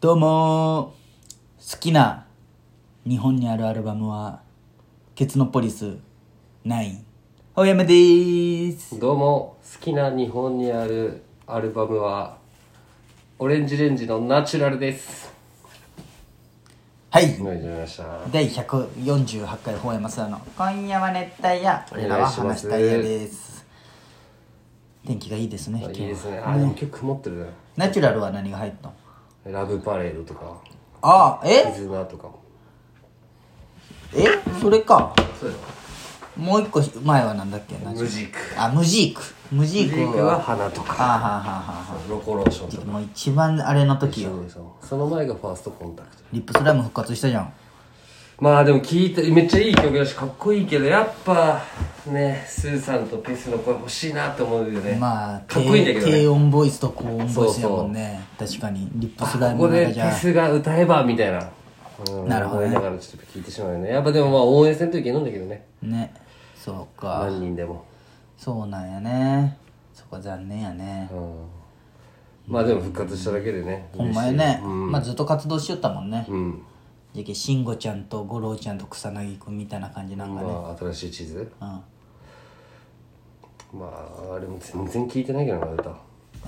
どうもー好きな日本にあるアルバムは「ケツノポリス9」青山でーすどうも好きな日本にあるアルバムはオレンジレンジのナチュラルですはいお願いしました第148回本山スラの「今夜は熱帯夜」こお願れいしらますは話したいやです天気がいいですね今い日いはですねあでも結構曇ってるねナチュラルは何が入ったのラブパレードとかああえ絆とかえそれかそうよもう一個前はなんだっけナチュムラルジークあムジークムジムジーーククはは花とはあかはあはあはあはロコローションとあかもう一番あれの時よそうそうその前がファーストコンタクトリップスライム復活したじゃんまあでも聞いてめっちゃいい曲だしかっこいいけどやっぱねスーさんとペスの声欲しいなって思うよねまあかっこいいんだけどね低低音ボイスと高音ボイスやもんね確かにリップスライここムので中フじゃェスが歌えばみたいな、うんなるほどね思いながらちょっと聞いてしまうよねやっぱでもまあ応援せんといけないんだけどねねそうか何人でも、そうなんやねそこ残念やねうん、まあでも復活しただけでねほんまやね、まあずっと活動しよったもんね、うんじゃけ慎吾ちゃんと五郎ちゃんと草薙くんみたいな感じなんかね、まあ新しい地図うんまああれも全然聞いてないけどな歌あ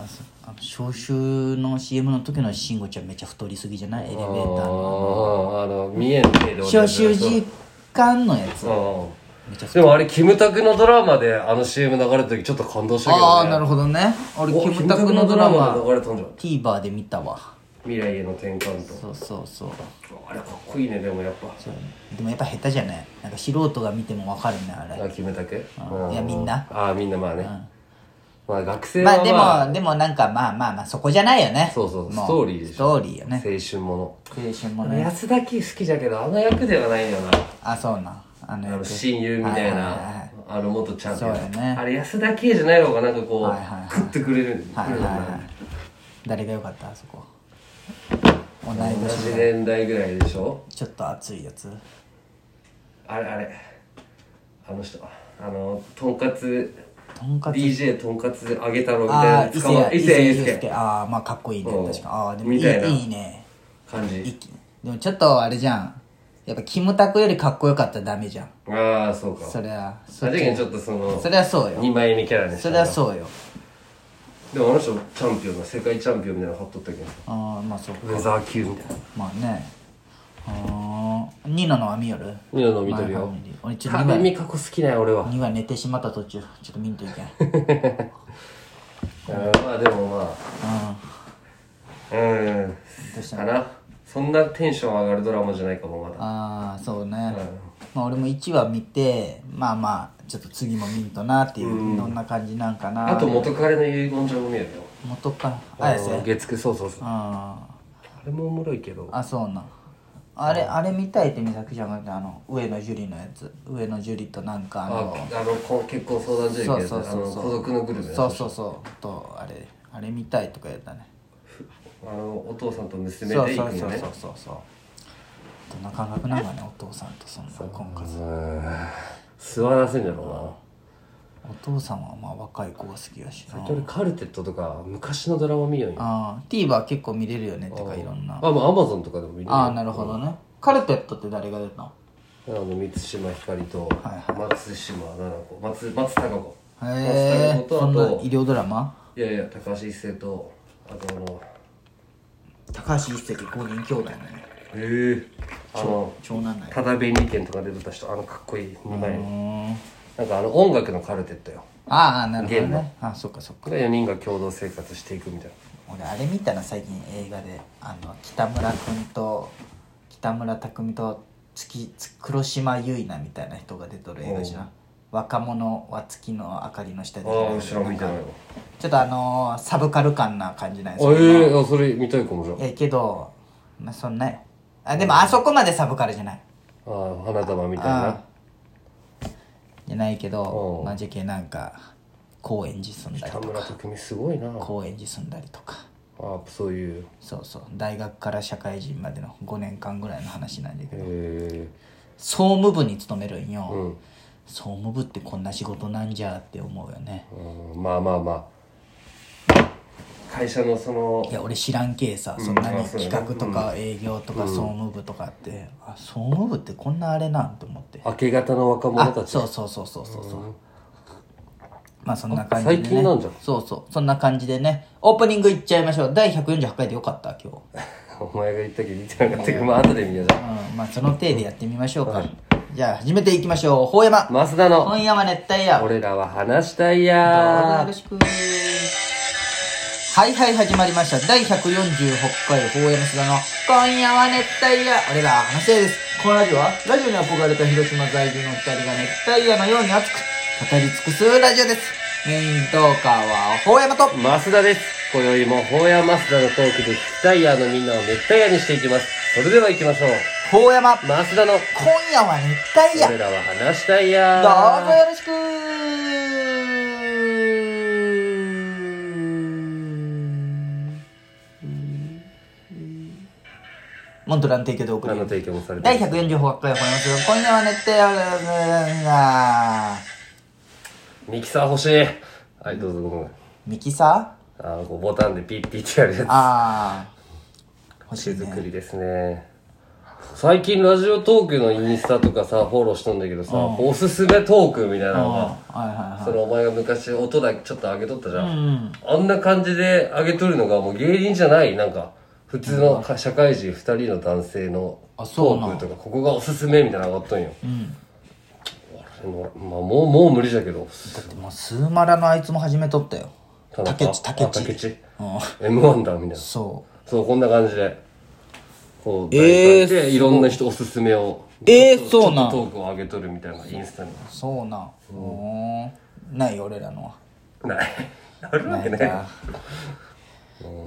そうあの消臭の CM の時の慎吾ちゃんめっちゃ太りすぎじゃないエレベーターあのああの見えんけど消臭時間のやつうんでもあれキムタクのドラマであの CM 流れた時ちょっと感動したけどねああなるほどね俺キおムタクのドラマキムタクのドラマで流れたんじゃん TVer で見たわ未来への転換とそうそうそうあれかっこいいねでもやっぱそうでもやっぱ下手じゃないなんか素人が見ても分かるねあれあキムタクいやみんなああみんなまあね、まあ学生は、ままああ、でも、でもなんかまあまあまあそこじゃないよねそうそうもストーリーでしょストーリーよね青春も青春もの、ね安田圭好きじゃけどあの役ではないよなあそうなああのの親友みたはいはいな、いはいあの元チャンピオン、そうだねあれ安田圭じゃない方がなんかこう、はいはいはい食ってくれる、はいはいはい誰が良かったあそこ同い年同じ年代ぐらいでしょちょっと熱いやつあれあれあの人あのとんかつとんかつ DJ とんかつあげ太郎みたああい伊な勢谷伊伊勢勢谷祐祐介介ああまあかっこいいねうん確かああでもいいみたいないいね感一じ気にでもちょっとあれじゃんやっぱキムタクよりかっこよかったらダメじゃんああそうかそりゃそあじゃあちょっとそのそりゃそうよ2枚目キャラにしたそんりだゃそうよでもあの人チャンピオンだ世界チャンピオンみたいなの貼っとったけどああまあそうウェザー級みたいなまあねああニノのは見よるニノの見とるよマイファミリー俺ちょっと2神話美香子好きなんや 俺は2話寝てしまった途中ちょっと見んとい けんうんまあでもまうあうんんどうしたかなそんなテンション上がるドラマじゃないかもまだああそうね、まあ俺も1話見てまあまあちょっと次も見んとなっていう、どんな感じなんかなあと元彼の遺言状も見えるよ元から綾瀬うん月9そうそうそうああれもおもろいけどあそうなんあれあれ見たいって美咲ちゃんが言ったあの上野樹里のやつ上野樹里となんかああのあのこ結婚相談所そ行うけどそうそあのうそう孤独のグルメそうそうそうとあれあれ見たいとか言ったねあのお父さんと娘そうでそ行うくそのうねそうそうそうどんな感覚なんか ねお父さんとそんな婚活座らせんじゃろお父さんはまあ若い子が好きやしうなな俺カルテットとか昔のドラマ見ようよあー TVer 結構見れるよねってかいろんなあまあアマゾンとかでも見れるああなるほどねカルテットって誰が出たのあの満島ひかりとはい松島菜々子松松たかへ子松えたそかん子なとあ医療ドラマといやいや高橋一生とあとあの高橋一生って5人兄弟ねへえあの長男なんやただ紅剣とか出てた人あのかっこいい二枚うーんなんかあの音楽のカルテットよああなるほど現ねあそっかそっかこれ4人が共同生活していくみたい俺あれ見たな最近映画であの北村君と北村匠海と月つ黒島結菜みたいな人が出とる映画じゃん若者は月の明かりの下でなああ後ろ見てないなんわかちょっとあのーサブカル感な感じなんですけどええあそれ見たいかもじゃええけど、まあ、そんなよあでもあそこまでサブカルじゃないああ花束みたいあなじゃないけどうんまあじゃけなんか高円寺住んだり田と村か匠海すごいなあ高円寺住んだりとかあそういうそうそう大学から社会人までの5年間ぐらいの話なんだけどへ総務部に勤めるんよ、えうん総務部ってこんな仕事なんじゃって思うよねうんまあまあま会社のそのいや俺知らんけえさうんそんなまあにそうだ企ね画とか営業とかうん総務部とかってあ総務部ってこんなあれなんと思って明け方の若者あたちそうそうそうそうそうそううんまあそんな感じで、ね、あ最近なんじゃんそうそうそんな感じでねオープニングいっちゃいましょう第148回でよかった今日お前が言ったけど言ってなかったけどまあ後で見ようじゃうん、まあその手でやってみましょうか、じゃあ始めていきましょう「ほうやま」ん増田の今夜は熱帯夜どうぞ俺らは話したいよやろしくはいはい始まりました第148回「ほうやま須田の今夜は熱帯夜俺らは話したいです」このラジオはラジオに憧れた広島在住の2人が熱帯夜のように熱く語り尽くすラジオですメイントーカーはほうやまと増田です今宵もほうや増田のトークで熱帯夜のみんなを熱帯夜にしていきますそれでは行きましょうほうやま増田の今夜は熱帯夜俺らは話したいやどうぞーよろしくモントラの提供でお送り何の提供もされて第る148回放送今夜は熱帯夜がミキサー欲しいはいどうぞごめんミキサーあーこうボタンでピッピッってやるやああ欲つし手いね作りですね最近ラジオトークのインスタとかさフォローしとんだけどさおすすめトークみたいなうんのはがいはいそのお前が昔音だけちょっと上げとったじゃはいうんんあんな感じで上げとるのがもう芸人じゃないなんか普通のか社会人2人の男性のあそトうなんークとかここがおすすめみたいなの上がっとんようんあれもまあもうもう無理じゃけどだってもうスーマラのあいつも始めとったよ田竹中内竹内竹内うん M1 だみたいなそうそうこんな感じでこうえーで、いろんな人おすすめをえーちょっとそうなんちょっとトークを上げとるみたいなインスタにそうなん、うん、ないよ俺らのはないあるわなけんねか、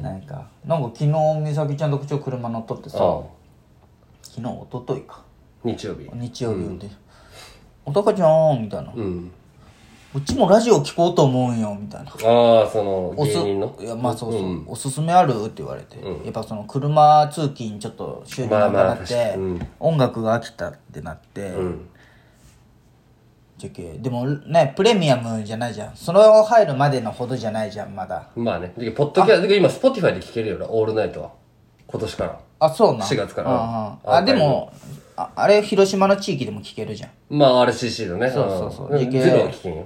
なんかなんか昨日美咲ちゃんと口を車乗っとってさああ昨日一昨日か日曜日日曜日で「おたかちゃん」みたいな、ううんちもラジオ聞こうと思うんよ」みたいなああそのおす芸人のいやまあそうそう、うんおすすめあるって言われて、やっぱその車通勤ちょっと収入まがあまあなくなって、確かにうん音楽が飽きたってなって、うんじゃけでもねプレミアムじゃないじゃんそれを入るまでのほどじゃないじゃんまだまあねでポッドキャストで今 Spotify で聞けるよなオールナイトは今年からあそうなん4月からあアあーカイでブもああれ広島の地域でも聞けるじゃんまあ RCC のねそうそうそうんいけゼロは聞けんよ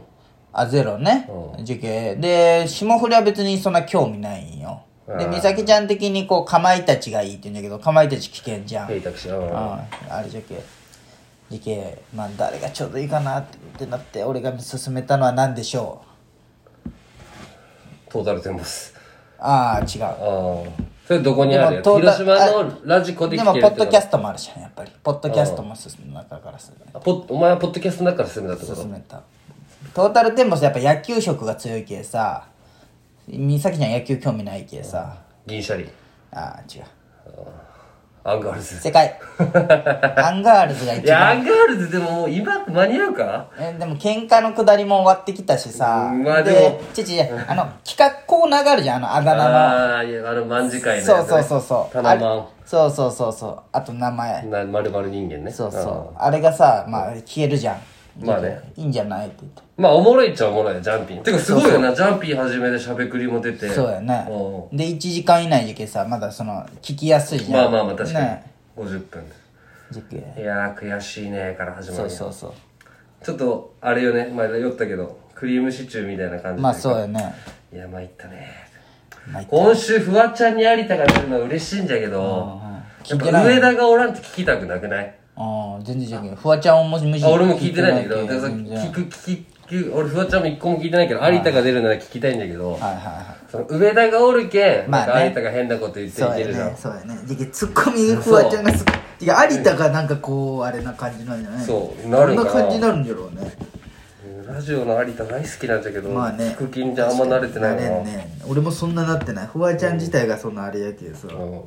あゼロね受験で霜降りは別にそんな興味ないんよでうん美咲ちゃん的にこうかまいたちがいいって言うんだけどかまいたち聞けんじゃん、ヘイタクシーうん、ああれじゃけ受験まあ誰がちょうどいいかなってなって俺が勧めたのは何でしょトータルテンボスうああ違うああそれどこにあるやでつもトータ広島のラジコでで聞もけポるっッてこドとキャストもあるじゃんやっぱりポッドキャストも進む中からするあポッお前はポッドキャストの中から進めたってこと進めたトータルテンボスやっぱ野球色が強いけさ美咲ちゃん野球興味ないけさ銀シャリああ違うアンガールズ正解アンガールズが い一やア番ンガールズでももう今間に合うかえでも喧嘩のくだりも終わってきたしさ、うんまあでもちちあの企画コーナーがあるじゃんあのあだ名のああいやあの卍次会のやつねそうそうそうそうタあナれマそうそうそうそうあと名前ンな丸々人間ねそうああそうあれがさまあ消えるじゃんまあねいいんじゃないって言ってまあおもろいっちゃおもろいよジャンピンてかすごいよなジャンピン始めでしゃべくりも出てそうやねうで1時間以内じゃけさまだその聞きやすいじんゃんまあまあまあ確かにね50分じゃけいやー悔しいねから始まるそようそうそうちょっとあれよね前酔ったけどクリームシチューみたいな感じでまあそうやねいや参ったねまあいっ今週フワちゃんに有田が出るのは嬉しいんじゃけど、聞いやてっなぱい上田がおらんって聞きたくなくないああ全然じゃけフワちゃんをもし無視あ俺も聞いてないんだけど、だ聞かいてらさないけど聞く、聞く、聞く、俺フワちゃんも一個も聞いてないけど、有田が出るなら聞きたいんだけど、はいはいはいその上田がおるけん、まあねなんか有田が変なこと言っていそうけるじゃやん。ねそうやねじゃけツッコミフワちゃんがすいや有田がなんかこうあれな感じなんじゃないそうなるかこんなな感じになるんじゃろうねラジオの有田大好きなんだけど、まあね聞く気にあんま慣れてないれな。んね俺もそんななってないフワちゃん自体がそんなあれやけどさうん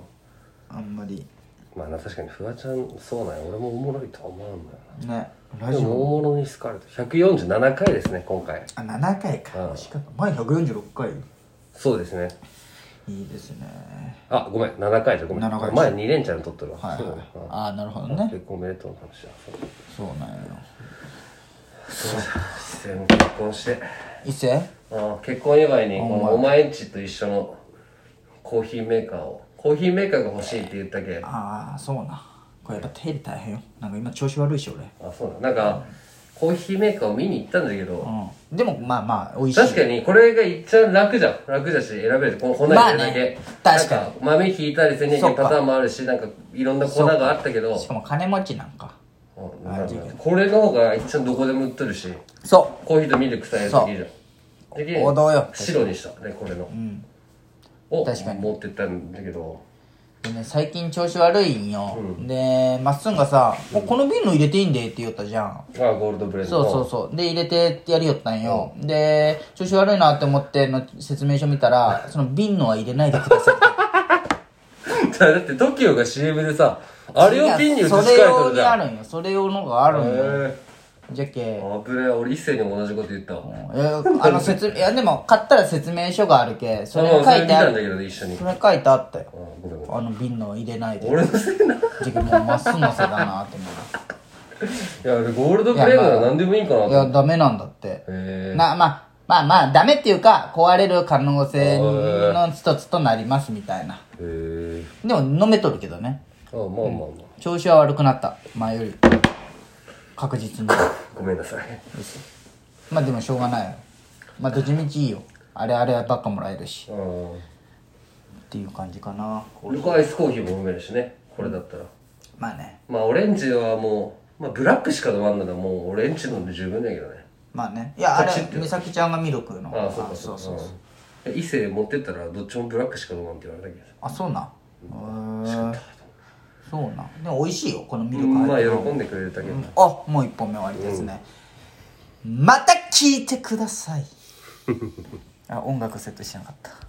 あんまりまあな確かにフワちゃん、そうなんよ。俺もおもろいとは思うんだよねな。ラでジオも大物に好かれて、147回ですね、今回。あ7回かうん惜しかった前146回そうですね。いいですねあ、ごめん、7回じゃごめん。 7回です前2連チャン取っとるわ。はいそうはだいねうんああなるほどね結婚おめでとうの話だ。そうそうなんよそう。一斉に結婚して。一斉あ結婚祝いにこのお前んちと一緒のコーヒーメーカーをコーヒーメーカーが欲しいって言ったけああそうなこれやっぱ手入れ大変よなんか今調子悪いし俺あそうなんなんかコーヒーメーカーを見に行ったんだけどうんでもまあまあ美味しい確かにこれが一番楽じゃん楽だし選べるこの粉入れるまあだけ、ね確かになん豆ひいたりせんにゃいけんパターンもあるしなんかいろんな粉があったけどしかも金持ちなんかうんなんかこれの方が一番どこでも売ってるしそコーヒーとミルクさえやるときいいじゃんうで王道よ白にしたねこれの、んを確かに持ってったんだけどでね最近調子悪いんよ、でまっすんがさ「おこの瓶の入れていいんで」って言ったじゃんあゴールドブレンそドうそうそうで入れてってやりよったんよ、で調子悪いなって思っての説明書見たらその瓶のは入れないでくださいって だって TOKIO が CM でさあれをピンに移し替えそれて用るにじあゃんへるんよそれ用のがあるんよえじゃけ危ねえ俺一斉にも同じこと言ったわえーあの説いやでも買ったら説明書があるけそれあ書いてあそれ見たんだるけどね一緒にそれ書いてあったあよごめんごめんあの瓶の入れないで俺のせいないじゃけもうまっすんのせいだなって思うや俺ゴールドブレンドは何でもいいかなとい思っやてダメなんだってへえなまあまあまあダメっていうか壊れる可能性の一つとなりますみたいなへえでも飲めとるけどねあまあまあまあ調子は悪くなった前より確実にごめんなさいまあでもしょうがないよまあどっちみちいいよあれあればっかもらえるしうんっていう感じかなルコアイスコーヒーも飲めるしねこれだったらまあねまあオレンジはもう、まあ、ブラックしか飲まんならもうオレンジ飲んで十分だけどねまあねいやあれこっちって美咲ちゃんがミルクのああそうかそそううそうそうそう伊勢持ってったらどっちもブラックしか飲まんって言われたけどあそうなんへーそうなんでも美味しいよこのミルクまあ入ってる喜んでくれたけど、あもう一本目終わりですね、また聞いてくだ さいあ音楽セットしなかった悪い